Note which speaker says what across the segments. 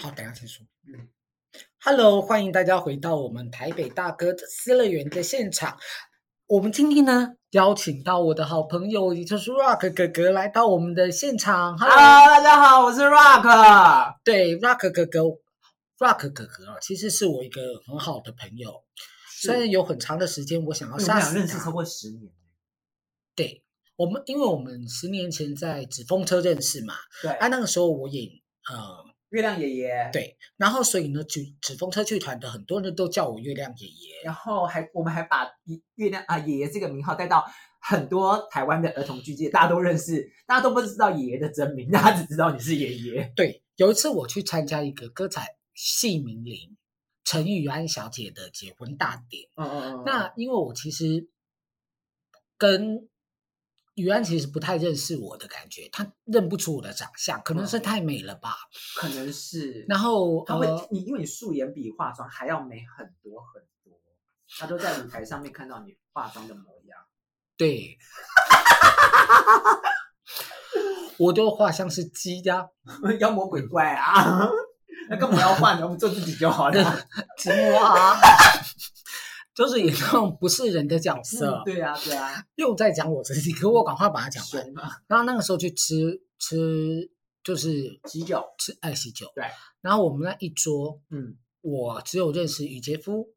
Speaker 1: 好，等一下再说。嗯，Hello，欢迎大家回到我们台北大哥的私乐园的现场。我们今天呢，邀请到我的好朋友，也就是 Rock 哥哥来到我们的现场。
Speaker 2: Hello，大家好，我是 Rock。
Speaker 1: 对，Rock 哥哥，Rock 哥哥啊，其实是我一个很好的朋友。虽然有很长的时间，我想要
Speaker 2: 我们
Speaker 1: 杀
Speaker 2: 俩
Speaker 1: 死
Speaker 2: 认识超
Speaker 1: 他。
Speaker 2: 过十年，
Speaker 1: 对，我们因为我们十年前在纸风车认识嘛，
Speaker 2: 对，
Speaker 1: 啊，那个时候我演呃
Speaker 2: 月亮爷爷，，
Speaker 1: 对，然后所以呢，纸纸风车剧团的很多人都叫我月亮爷爷。
Speaker 2: 然后还我们还把一月亮啊爷爷这个名号带到很多台湾的儿童剧界，大家都认识，大家都不知道爷爷的真名，大家只知道你是爷爷。
Speaker 1: 对，有一次我去参加一个歌仔戏名伶陈玉安小姐的结婚大典，
Speaker 2: 嗯嗯嗯
Speaker 1: 那因为我其实跟雨安其实不太认识我的感觉，她认不出我的长相，可能是
Speaker 2: 嗯
Speaker 1: 太美了吧。
Speaker 2: 可能是，
Speaker 1: 然后
Speaker 2: 他会、
Speaker 1: 呃，
Speaker 2: 你因为你素颜比化妆还要美很多很多，他都在舞台上面看到你化妆的模样。
Speaker 1: 对，我都画像是鸡呀、
Speaker 2: 妖魔鬼怪啊， 那根本不要换的，我们做自己就好了。
Speaker 1: 吉姆啊， 就是演那种不是人的角色。
Speaker 2: 嗯对啊，对啊，
Speaker 1: 又在讲我自己，可我赶快把它讲完。
Speaker 2: 熊啊，
Speaker 1: 然后那个时候去吃吃，就是
Speaker 2: 啤酒，
Speaker 1: 吃爱喜酒。
Speaker 2: 对。
Speaker 1: 然后我们那一桌，
Speaker 2: 嗯，
Speaker 1: 我只有认识于杰夫，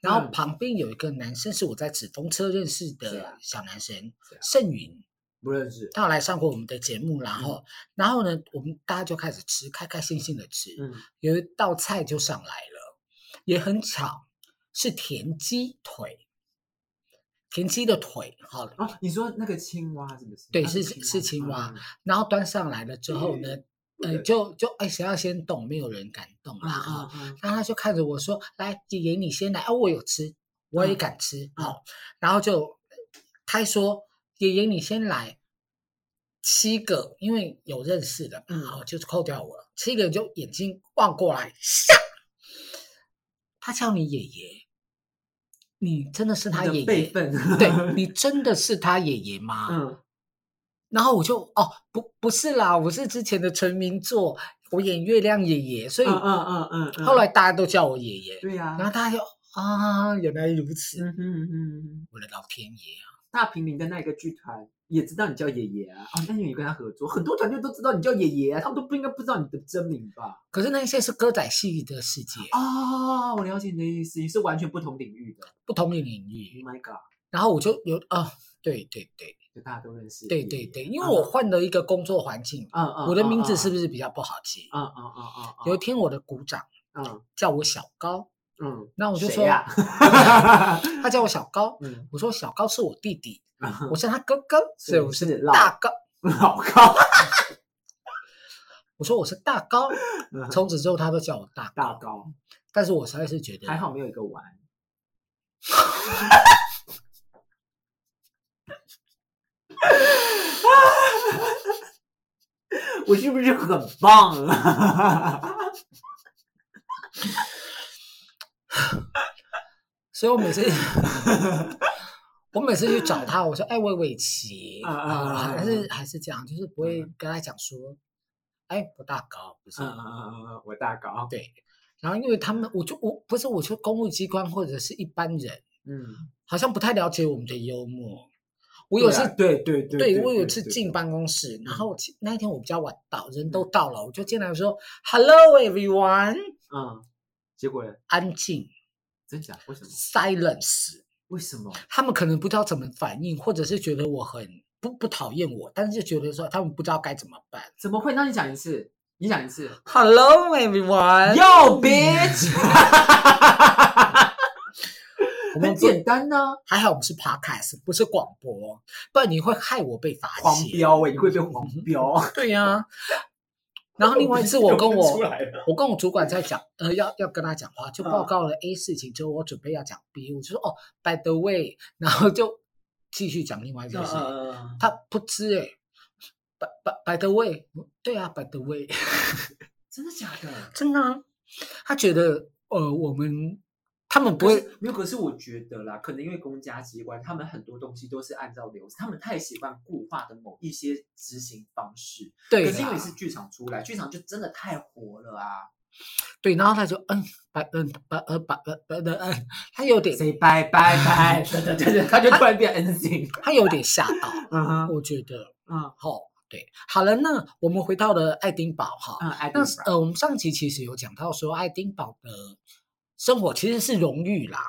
Speaker 1: 然后
Speaker 2: 嗯
Speaker 1: 旁边有一个男生是我在纸风车认识
Speaker 2: 是
Speaker 1: 的
Speaker 2: 啊
Speaker 1: 小男生
Speaker 2: 是啊
Speaker 1: 盛云，
Speaker 2: 不认识，
Speaker 1: 他有来上过我们的节目。
Speaker 2: 嗯
Speaker 1: 然后，然后呢，我们大家就开始吃，开开心心的吃。
Speaker 2: 嗯，
Speaker 1: 有一道菜就上来了，也很巧，是田鸡腿，田鸡的腿，好了，
Speaker 2: 哦，你说那个青蛙是不是？啊
Speaker 1: 对
Speaker 2: 它
Speaker 1: 是是青蛙，然后端上来了之后呢，
Speaker 2: 嗯
Speaker 1: 呃，就就哎，谁要先动，没有人敢动啦
Speaker 2: 啊
Speaker 1: 哈。
Speaker 2: 啊啊！
Speaker 1: 然后他就看着我说：“来，姐姐你先来，哦，我有吃，我也
Speaker 2: 嗯
Speaker 1: 敢吃，
Speaker 2: 嗯
Speaker 1: 好、然后就他说：“爷爷你先来。”七个，因为有认识的嘛，
Speaker 2: 嗯
Speaker 1: 好、就是扣掉我了。七个人就眼睛望过来，吓！ 他叫你爷爷，你真的是他
Speaker 2: 你
Speaker 1: 爷
Speaker 2: 的
Speaker 1: 爷？
Speaker 2: 辈分，
Speaker 1: 对，你真的是他爷爷吗？
Speaker 2: 嗯，
Speaker 1: 然后我就哦，不不是啦，我是之前的成名作，我演月亮爷爷，所以
Speaker 2: 嗯嗯嗯嗯嗯，
Speaker 1: 后来大家都叫我爷爷。
Speaker 2: 对呀，
Speaker 1: 然后大家就啊，原来如此，
Speaker 2: 嗯哼嗯哼嗯哼，
Speaker 1: 我的老天爷啊！
Speaker 2: 大平林的那一个剧团。也知道你叫爷爷啊，哦，那你有跟他合作，很多团队都知道你叫爷爷啊，他们都不应该不知道你的真名吧？
Speaker 1: 可是那些是歌仔戏的世界，
Speaker 2: 哦，我了解你的意思，你是完全不同领域的。
Speaker 1: 不同的领
Speaker 2: Oh
Speaker 1: 域。
Speaker 2: my god，
Speaker 1: 然后我就有啊，对对对
Speaker 2: 就大家都认识爷
Speaker 1: 对
Speaker 2: 爷。
Speaker 1: 对对，因为我换了一个工作环境，
Speaker 2: 嗯，嗯嗯，
Speaker 1: 我的名字是不
Speaker 2: 是？
Speaker 1: 是比较不好记？
Speaker 2: 嗯嗯嗯嗯嗯，
Speaker 1: 有一天我的鼓掌
Speaker 2: 嗯
Speaker 1: 叫我小高，
Speaker 2: 嗯，
Speaker 1: 那我就
Speaker 2: 谁
Speaker 1: 说
Speaker 2: 呀
Speaker 1: 他叫我小高，
Speaker 2: 嗯，
Speaker 1: 我说小高是我弟弟，我是他哥哥，所以我
Speaker 2: 是
Speaker 1: 是
Speaker 2: 老
Speaker 1: 大高。
Speaker 2: 老高，
Speaker 1: 我说我是大高，从此之后他都叫我大高。
Speaker 2: 嗯大高，
Speaker 1: 但是我实在是觉得
Speaker 2: 还好没有一个玩。我是不是很棒 啊？
Speaker 1: 所以我 每次我每次去找他，我说：“哎，魏伟琪
Speaker 2: 啊啊
Speaker 1: 啊，
Speaker 2: 啊啊嗯
Speaker 1: 还是还是这样，就是不会跟他讲说，哎，我大高不是
Speaker 2: 嗯。嗯嗯嗯嗯，我大高，
Speaker 1: 对，然后因为他们，我就我不是我去公务机关或者是一般人，
Speaker 2: 嗯，
Speaker 1: 好像不太了解我们的幽默。我有次
Speaker 2: 啊对对对
Speaker 1: 对我有次
Speaker 2: 对
Speaker 1: 进
Speaker 2: 对
Speaker 1: 办公室，然
Speaker 2: 嗯
Speaker 1: 后其那一天我比较晚到，人都到了，我就进来说 “Hello everyone”，
Speaker 2: 嗯，结果呢？
Speaker 1: 安静
Speaker 2: 真假？为什么？
Speaker 1: silence。
Speaker 2: 为什么？
Speaker 1: 他们可能不知道怎么反应，或者是觉得我很不不讨厌我，但是觉得说他们不知道该怎么办。
Speaker 2: 怎么会？那你讲一次，你讲一次。
Speaker 1: Hello everyone，
Speaker 2: Yo bitch，
Speaker 1: 我们
Speaker 2: 很
Speaker 1: 不
Speaker 2: 简单呢、
Speaker 1: 还好我们是 podcast，不是广播，不然你会害我被罚
Speaker 2: 黄
Speaker 1: 钱。
Speaker 2: 标哎、你会被黄 标。
Speaker 1: 对呀、然后另外一次我跟我
Speaker 2: 出来了
Speaker 1: 我跟我主管在讲，呃，要要跟他讲话，就
Speaker 2: 嗯
Speaker 1: 报告了 A 事情之后，我准备要讲 B，我就说哦，by the way，然后就继续讲另外一件事情。他不知哎、欸，by by by the way，对啊，by the way。
Speaker 2: 真的假的？
Speaker 1: 真的、啊，他觉得呃，我们他们不
Speaker 2: 可
Speaker 1: 会
Speaker 2: 是，没有。可是我觉得啦，可能因为公家机关，他们很多东西都是按照流程，他们太习惯固化的某一些执行方式。
Speaker 1: 对
Speaker 2: 可是因
Speaker 1: 啦
Speaker 2: 为是剧场出来，剧场就真的太活了啊！
Speaker 1: 对，然后他就嗯，拜嗯拜嗯拜嗯拜嗯嗯，他有点
Speaker 2: 谁拜拜拜，对对对对，他就突然变 N 型，
Speaker 1: 他有点吓到，
Speaker 2: 嗯哼，
Speaker 1: 我觉得
Speaker 2: 嗯
Speaker 1: 好、对，好了，那我们回到了爱丁堡哈，
Speaker 2: 嗯，爱
Speaker 1: 那
Speaker 2: 丁
Speaker 1: 是呃，我们上期其实有讲到说，爱丁堡的生活其实是荣誉啦，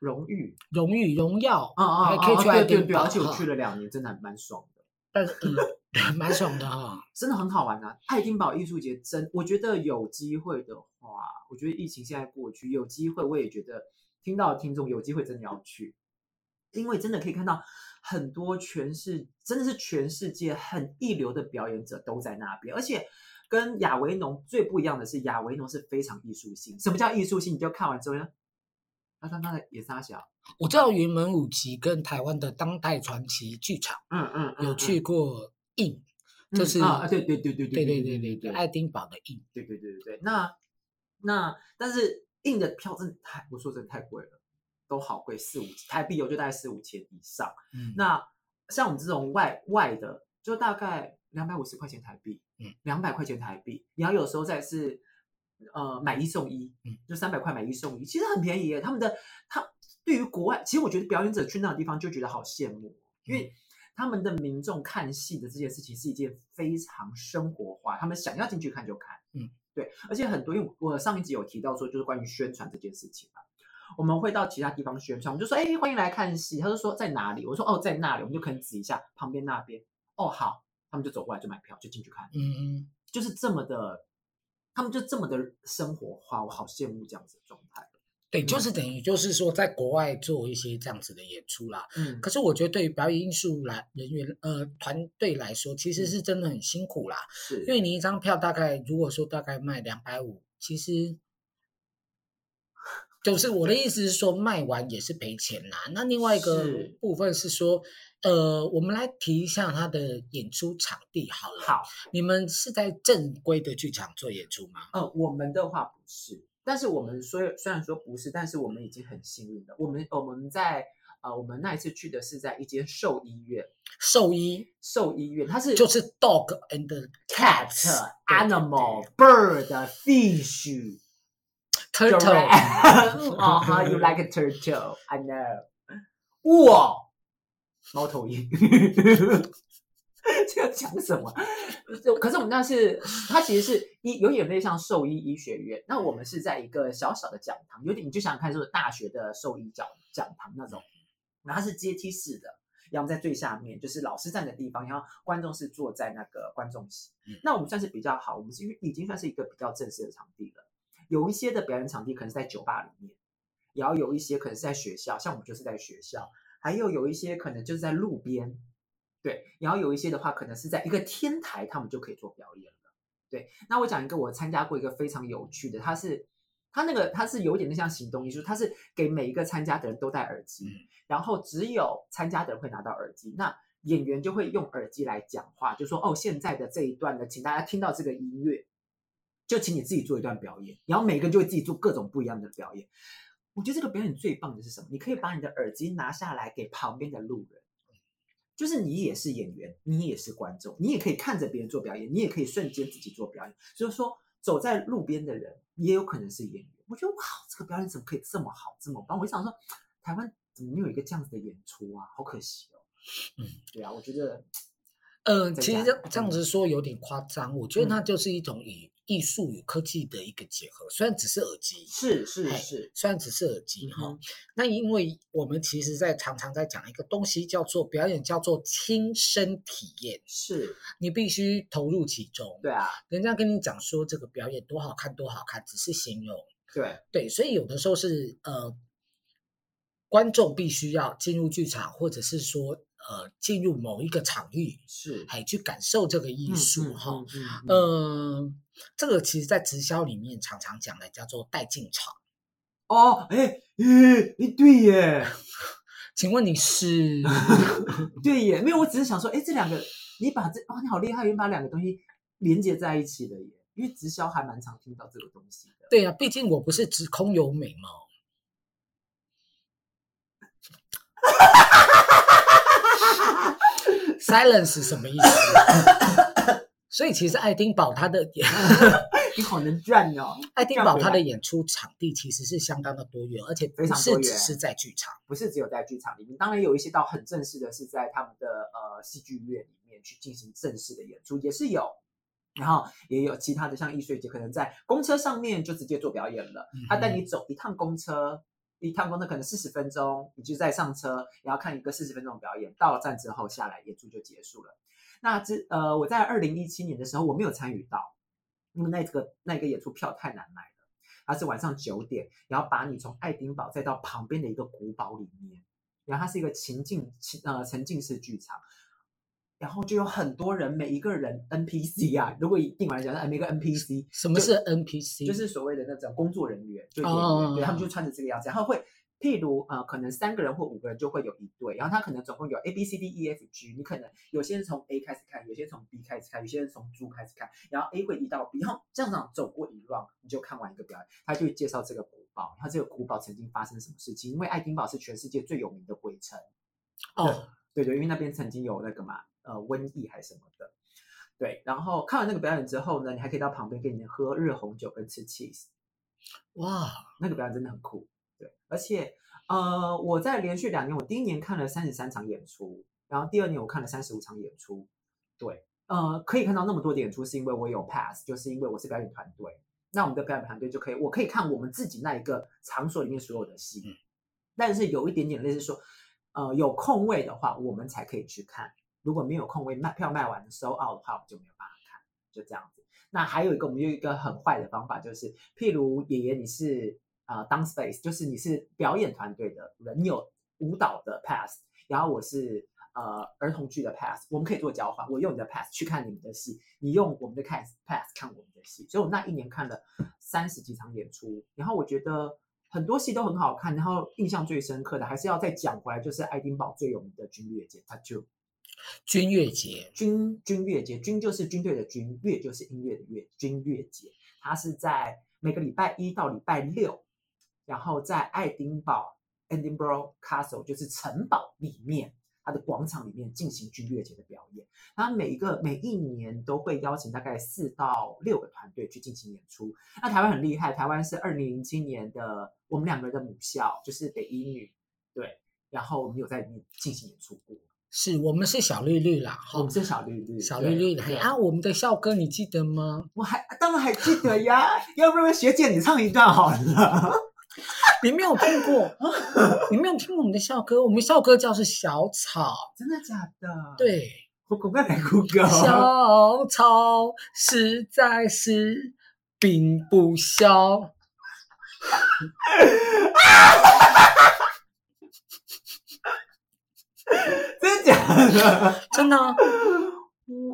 Speaker 2: 荣誉，
Speaker 1: 荣誉、荣耀，
Speaker 2: 嗯嗯，
Speaker 1: 还可以
Speaker 2: 嗯
Speaker 1: 去爱
Speaker 2: 对对
Speaker 1: 丁
Speaker 2: 对，
Speaker 1: 堡
Speaker 2: 而且我
Speaker 1: 哈
Speaker 2: 去了两年，真的还蛮爽的。
Speaker 1: 但是嗯， 蛮爽的哈。
Speaker 2: 真的很好玩啊！爱丁堡艺术节真，我觉得有机会的话，我觉得疫情现在过去，有机会我也觉得听到的听众有机会真的要去，因为真的可以看到很多全世真的是全世界很一流的表演者都在那边，而且跟亚维农最不一样的是，亚维农是非常艺术性。什么叫艺术性？你就看完之后呢，那他那个也撒小，
Speaker 1: 我知道云门舞集跟台湾的当代传奇剧场
Speaker 2: 嗯嗯，嗯
Speaker 1: 有去过印，
Speaker 2: 嗯
Speaker 1: 就是
Speaker 2: 啊，对对对对
Speaker 1: 对对对对
Speaker 2: 对
Speaker 1: 对，爱丁堡的印，
Speaker 2: 对对对对对，那那但是印的票真的太，我说真的太贵了，都好贵，四五台币哦我就大概四五千以上。
Speaker 1: 嗯，
Speaker 2: 那像我们这种外外的，就大概两百五十块钱台币，
Speaker 1: 嗯，
Speaker 2: 两百块钱台币，然后有时候再是呃买一送一，
Speaker 1: 嗯，
Speaker 2: 就三百块买一送一，其实很便宜耶。他们的他对于国外，其实我觉得表演者去那个地方就觉得好羡慕，
Speaker 1: 嗯
Speaker 2: 因为。他们的民众看戏的这件事情是一件非常生活化，他们想要进去看就看，
Speaker 1: 嗯，
Speaker 2: 对，而且很多，因为我我上一集有提到说，就是关于宣传这件事情嘛，我们会到其他地方宣传，我们就说，哎、欢迎来看戏，他就说在哪里，我说哦，在那里，我们就可能指一下旁边那边，哦，好，他们就走过来就买票就进去看，
Speaker 1: 嗯嗯，
Speaker 2: 就是这么的，他们就这么的生活化，我好羡慕这样子的状态，
Speaker 1: 对，就
Speaker 2: 嗯
Speaker 1: 是等于就是说在国外做一些这样子的演出啦。
Speaker 2: 嗯
Speaker 1: 可是我觉得对于表演艺术来人员呃团队来说，其实
Speaker 2: 嗯
Speaker 1: 是真的很辛苦啦，
Speaker 2: 是，
Speaker 1: 因为你一张票大概如果说大概卖两百五，其实就是我的意思是说卖完也是赔钱啦。那另外一个
Speaker 2: 是
Speaker 1: 部分是说，呃，我们来提一下它的演出场地好了。
Speaker 2: 好。
Speaker 1: 你们是在正规的剧场做演出吗？
Speaker 2: 呃，我们的话不是，但是我们虽虽然说不是，但是我们已经很幸运了。我们我们在呃，我们那一次去的是在一间兽医院，
Speaker 1: 兽医
Speaker 2: 兽医院它是
Speaker 1: 就是 dog and
Speaker 2: cat、
Speaker 1: cats
Speaker 2: animal、bird、fish、
Speaker 1: turtle。
Speaker 2: 哦哈，you like a turtle? I know. 哇，猫头鹰。 这个讲什么？就可是我们那是，它其实是医，有点类似像兽医医学院。那我们是在一个小小的讲堂，有点你就想想看，就是大学的兽医讲讲堂那种，然后它是阶梯式的，然后我们在最下面，就是老师站的地方，然后观众是坐在那个观众席。
Speaker 1: 嗯
Speaker 2: 那我们算是比较好，我们是因为已经算是一个比较正式的场地了。有一些的表演场地可能是在酒吧里面，也要有一些可能是在学校，像我们就是在学校，还有有一些可能就是在路边，对，然后有一些的话可能是在一个天台，他们就可以做表演了。对，那我讲一个我参加过一个非常有趣的，它是它那个它是有点像行动艺术，它是给每一个参加的人都戴耳机，
Speaker 1: 嗯
Speaker 2: 然后只有参加的人会拿到耳机，那演员就会用耳机来讲话，就说哦，现在的这一段呢，请大家听到这个音乐，就请你自己做一段表演，然后每个人就会自己做各种不一样的表演。我觉得这个表演最棒的是什么？你可以把你的耳机拿下来给旁边的路人，就是你也是演员，你也是观众，你也可以看着别人做表演，你也可以瞬间自己做表演。所以说，走在路边的人也有可能是演员。我觉得哇，这个表演怎么可以这么好，这么棒？我就想说，台湾怎么没有一个这样子的演出啊？好可惜哦。
Speaker 1: 嗯，
Speaker 2: 对啊，我觉得
Speaker 1: 嗯，
Speaker 2: 在
Speaker 1: 其
Speaker 2: 家
Speaker 1: 实这
Speaker 2: 里
Speaker 1: 这样
Speaker 2: 嗯
Speaker 1: 子说有点夸张，我觉得它
Speaker 2: 嗯
Speaker 1: 就是一种以艺术与科技的一个结合，虽然只是耳机，
Speaker 2: 是是
Speaker 1: 嘿
Speaker 2: 是，
Speaker 1: 虽然只是耳机
Speaker 2: 嗯
Speaker 1: 哈、
Speaker 2: 哼
Speaker 1: 那因为我们其实在常常在讲一个东西叫做表演，叫做亲身体验，
Speaker 2: 是，
Speaker 1: 你必须投入其中。
Speaker 2: 对，啊，
Speaker 1: 人家跟你讲说这个表演多好看多好看，只是形容。
Speaker 2: 对，
Speaker 1: 对，所以有的时候是呃，观众必须要进入剧场，或者是说呃进入某一个场域，
Speaker 2: 是
Speaker 1: 还去感受这个艺
Speaker 2: 嗯
Speaker 1: 术
Speaker 2: 嗯
Speaker 1: 哈。
Speaker 2: 嗯嗯嗯
Speaker 1: 呃，这个其实，在直销里面常常讲的叫做带进场。
Speaker 2: 哦，哎、诶哎，对耶，
Speaker 1: 请问你 是
Speaker 2: 对耶，没有，我只是想说，哎，这两个，你把这，哦，你好厉害，你把两个东西连接在一起了耶，因为直销还蛮常听到这个东西的。
Speaker 1: 对呀、啊毕竟我不是只空有美貌。Silence 是什么意思？所以其实爱丁堡它的，
Speaker 2: 你好能赚哦！
Speaker 1: 爱丁
Speaker 2: 赚
Speaker 1: 堡
Speaker 2: 回
Speaker 1: 它
Speaker 2: 来
Speaker 1: 的演出场地其实是相当的多元，而且不
Speaker 2: 非常
Speaker 1: 是
Speaker 2: 多
Speaker 1: 只
Speaker 2: 元
Speaker 1: 是在剧场。
Speaker 2: 不是只有在剧场里面，当然有一些到很正式的是在他们的呃戏剧院里面去进行正式的演出，也是有。然后也有其他的，像艺术节，可能在公车上面就直接做表演了。
Speaker 1: 嗯
Speaker 2: 他带你走一趟公车，一趟公车可能四十分钟，你就再上车，然后看一个四十分钟的表演，到了站之后下来，演出就结束了。那这呃，我在二零一七年的时候我没有参与到，因为那个那个演出票太难买了，它是晚上九点，然后把你从爱丁堡再到旁边的一个古堡里面，然后它是一个情境情呃沉浸式剧场。然后就有很多人，每一个人 NPC 啊，如果以电玩来讲，呃每个 NPC
Speaker 1: 什么
Speaker 2: 就是
Speaker 1: NPC？
Speaker 2: 就是所谓的那种工作人员，就演员，
Speaker 1: 嗯哦
Speaker 2: 对他们就穿着这个样子，然后会，譬如呃，可能三个人或五个人就会有一对，然后他可能总共有 A B C D E F G，你可能有些人从 A 开始看，有些人从 B 开始看，有些人从猪开始看，然后 A 会移到 B，然后这样子走过一 round，你就看完一个表演，他就会介绍这个古堡，然后这个古堡曾经发生什么事情，因为爱丁堡是全世界最有名的鬼城。
Speaker 1: 哦，
Speaker 2: 对对，因为那边曾经有那个嘛，呃，瘟疫还是什么的。对，然后看完那个表演之后呢，你还可以到旁边跟你喝热红酒跟吃 cheese，
Speaker 1: 哇，
Speaker 2: 那个表演真的很酷。对，而且呃，我在连续两年，我第一年看了三十三场演出，然后第二年我看了三十五场演出。对，呃，可以看到那么多的演出，是因为我有 pass，就是因为我是表演团队。那我们的表演团队就可以，我可以看我们自己那一个场所里面所有的戏，
Speaker 1: 嗯
Speaker 2: 但是有一点点类似说，呃，有空位的话，我们才可以去看；如果没有空位，卖票卖完的 s o out 的话，我们就没有办法看，就这样子。那还有一个，我们有一个很坏的方法，就是譬如爷爷你是啊、呃、当 space，就是你是表演团队的人，你有舞蹈的 pass，然后我是呃儿童剧的 pass，我们可以做交换，我用你的 pass 去看你们的戏，你用我们的 pass pass 看我们的戏。所以我那一年看了三十几场演出，然后我觉得。很多戏都很好看，然后印象最深刻的还是要再讲回来，就是爱丁堡最有名的军乐节 t a t o o
Speaker 1: 军乐节
Speaker 2: 军军乐节，军就是军队的军，乐就是音乐的乐，军乐节，它是在每个礼拜一到礼拜六，然后在爱丁堡 （Edinburgh Castle） 就是城堡里面，它的广场里面进行军乐节的表演。它每一个每一年都会邀请大概四到六个团队去进行演出。那台湾很厉害，台湾是二零零七年的我们两个的母校，就是北一女，对，然后我们有在里面进行演出过。
Speaker 1: 是我们是小绿绿啦，
Speaker 2: 我
Speaker 1: 哈
Speaker 2: 们，是小绿绿，
Speaker 1: 小
Speaker 2: 嗯对
Speaker 1: 绿绿的
Speaker 2: 对
Speaker 1: 啊，我们的校歌你记得吗？
Speaker 2: 我还当然还记得呀， 要不然学姐你唱一段好了。
Speaker 1: 你没有听 过，你没有听过我们的校歌，我们校歌叫是小草，
Speaker 2: 真的假的？，
Speaker 1: 对。
Speaker 2: 我广告来 Google。
Speaker 1: 小草实在是并不小。
Speaker 2: 真的假的？
Speaker 1: 真的啊、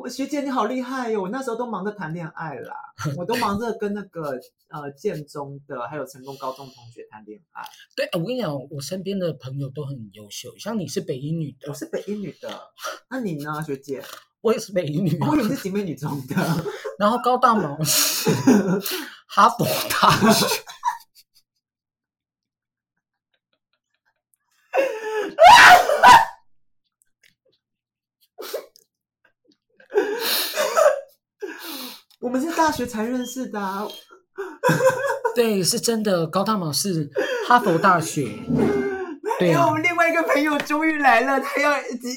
Speaker 2: 我学姐你好厉害哟、我那时候都忙着谈恋爱 啦，我都忙着跟那个呃建中的还有成功高中同学谈恋爱。
Speaker 1: 对，我跟你讲，我身边的朋友都很优秀，像你是北医女的
Speaker 2: 我，是北一女的，那你呢，学姐？
Speaker 1: 我也是北医女啊、
Speaker 2: 我以为你是景美女中的。
Speaker 1: 然后高大毛是哈佛大学，
Speaker 2: 我们是大学才认识的、啊，
Speaker 1: 对，是真的，高大毛是哈佛大 学。对
Speaker 2: 因为我
Speaker 1: 啊，
Speaker 2: 们哎另外一个朋友终于来了，他要一直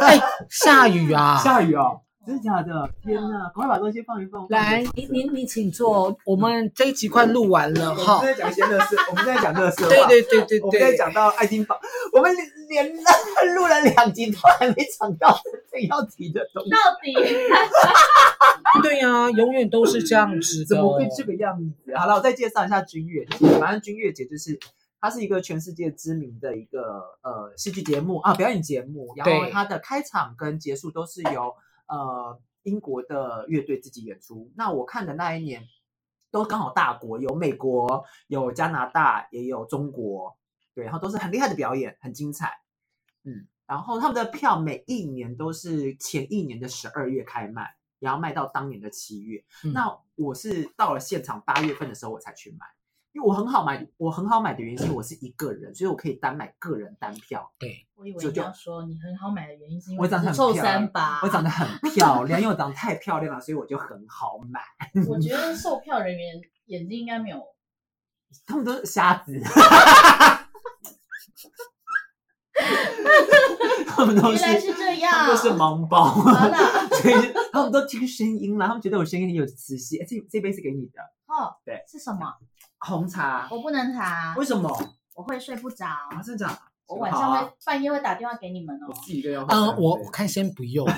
Speaker 1: 哎，下雨啊，
Speaker 2: 下雨哦，啊真的假的？天哪，赶快把东西放一放。
Speaker 1: 来，你你你请坐，我们这一集快录完了
Speaker 2: 我们
Speaker 1: 哈
Speaker 2: 在。讲一些乐事，我们在讲乐事。
Speaker 1: 对对对对
Speaker 2: 我们在
Speaker 1: 对，
Speaker 2: 讲到爱丁堡，我们连连录了两集都还没讲到这要提的东西，
Speaker 3: 到底
Speaker 1: 对呀、永远都是这哦样子的。
Speaker 2: 怎么会这个样子？好了，我再介绍一下君越节，反正君越节就是。它是一个全世界知名的一个呃戏剧节目啊，表演节目，然后
Speaker 1: 对
Speaker 2: 它的开场跟结束都是由呃英国的乐队自己演出。那我看的那一年都刚好大国，有美国，有加拿大，也有中国，对，然后都是很厉害的表演，很精彩，嗯。然后他们的票每一年都是前一年的十二月开卖，然后卖到当年的七月。
Speaker 1: 嗯
Speaker 2: 那我是到了现场八月份的时候我才去买，因为我很好买，我很好买的原因是因为我是一个人，所以我可以单买个人单票。
Speaker 3: 我以为
Speaker 2: 就
Speaker 3: 你
Speaker 2: 就
Speaker 3: 要说你很好买的原因是因
Speaker 2: 我
Speaker 3: 为
Speaker 2: 长
Speaker 3: 你
Speaker 2: 得
Speaker 3: 是
Speaker 2: 很
Speaker 3: 臭
Speaker 2: 漂
Speaker 3: 三
Speaker 2: 亮
Speaker 3: 八，
Speaker 2: 我长得很漂亮，因为我长得太漂亮了，所以我就很好买。
Speaker 3: 我觉得售票人员眼睛应该没有，
Speaker 2: 他们都是瞎子，他们都
Speaker 3: 原
Speaker 2: 是
Speaker 3: 来是这样，
Speaker 2: 他们都是盲包，
Speaker 3: 完 了，
Speaker 2: 所以他们都听声音啦，他们觉得我声音很有磁性。哎这这杯是给你的
Speaker 3: 哦，
Speaker 2: 对，
Speaker 3: 是什么？
Speaker 2: 红茶，
Speaker 3: 我不能查，
Speaker 2: 为什么？啊
Speaker 3: 我会睡不着，
Speaker 2: 马上讲，
Speaker 3: 我晚上
Speaker 2: 好啊
Speaker 3: 会半夜会打电话给你们哦
Speaker 2: 我。自己一个人要喝
Speaker 1: 嗯
Speaker 2: 三，杯
Speaker 1: 我我看先不 用。
Speaker 2: 然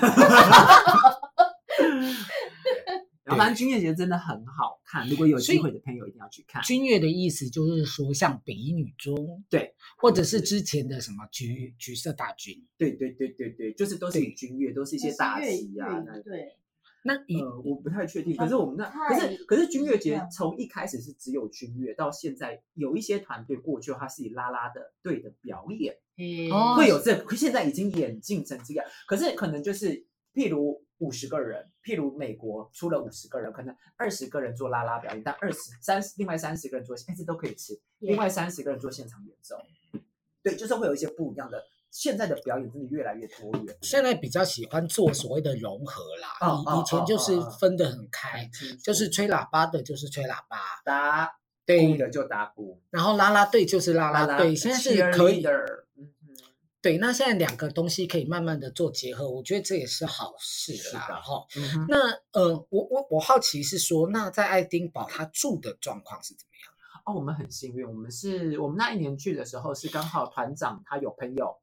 Speaker 2: 后反正君夜节真的很好看，如果有
Speaker 1: 所以
Speaker 2: 机会的朋友一定要去看。
Speaker 1: 君越的意思就是说，像北一女中，
Speaker 2: 对，
Speaker 1: 或者是之前的什么橘橘色大军。
Speaker 2: 对对对对对，就是都是以君乐，都是一些大戏啊。
Speaker 3: 那是粤语对，
Speaker 1: 那与、
Speaker 2: 呃，我不太确定，可是我们那
Speaker 3: 太
Speaker 2: 可是可是君乐
Speaker 3: 不一
Speaker 2: 节
Speaker 3: 样
Speaker 2: 从一开始是只有君乐，到现在有一些团队过去，它是以拉拉的队的表演
Speaker 3: 诶
Speaker 1: 哦
Speaker 2: 会有这，现在已经演进成这样。可是可能就是譬如五十个人，譬如美国出了五十个人，可能二十个人做拉拉表演，但二十三十另外三十个人做，哎，这都可以吃。另外三十个人做现场演奏，对，就是会有一些不一样的。现在的表演真的越来越多元，
Speaker 1: 现在比较喜欢做所谓的融合啦，以、
Speaker 2: 哦
Speaker 1: 以
Speaker 2: 哦
Speaker 1: 前就是分得很开，就是吹喇叭的就是吹喇叭，
Speaker 2: 打鼓
Speaker 1: 对，
Speaker 2: 的就打鼓，
Speaker 1: 然后啦啦队就是啦啦队，现在是可以
Speaker 2: cheerleader，嗯哼
Speaker 1: 对。那现在两个东西可以慢慢的做结合，我觉得这也是好事
Speaker 2: 是
Speaker 1: 啦，
Speaker 2: 的
Speaker 1: 哈、
Speaker 2: 嗯哼，
Speaker 1: 那呃，我我我好奇是说，那在爱丁堡他住的状况是怎么样？
Speaker 2: 哦，我们很幸运，我们是我们那一年去的时候是刚好团长他有朋友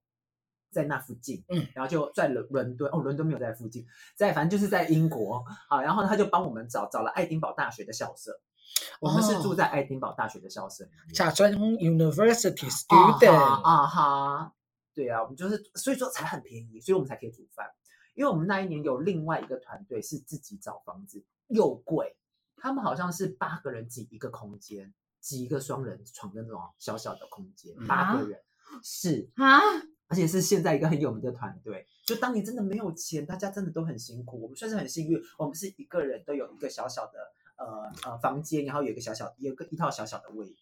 Speaker 2: 在那附近，
Speaker 1: 嗯，
Speaker 2: 然后就在伦伦敦，哦，伦敦没有在附近，在反正就是在英国啊，然后他就帮我们找找了爱丁堡大学的校舍，我们是
Speaker 1: 哦
Speaker 2: 住在爱丁堡大学的校舍里面。
Speaker 1: 假装 University
Speaker 2: 啊
Speaker 1: student，、
Speaker 2: 哈啊哈，对啊，我们就是所以说才很便宜，所以我们才可以煮饭。因为我们那一年有另外一个团队是自己找房子，又贵，他们好像是八个人挤一个空间，挤一个双人床的那种小小的空间，八
Speaker 3: 啊
Speaker 2: 个人是，
Speaker 3: 啊，
Speaker 2: 而且是现在一个很有名的团队。就当你真的没有钱，大家真的都很辛苦。我们算是很幸运，我们是一个人都有一个小小的呃呃房间，然后有一个小小有一个一套小小的卫浴，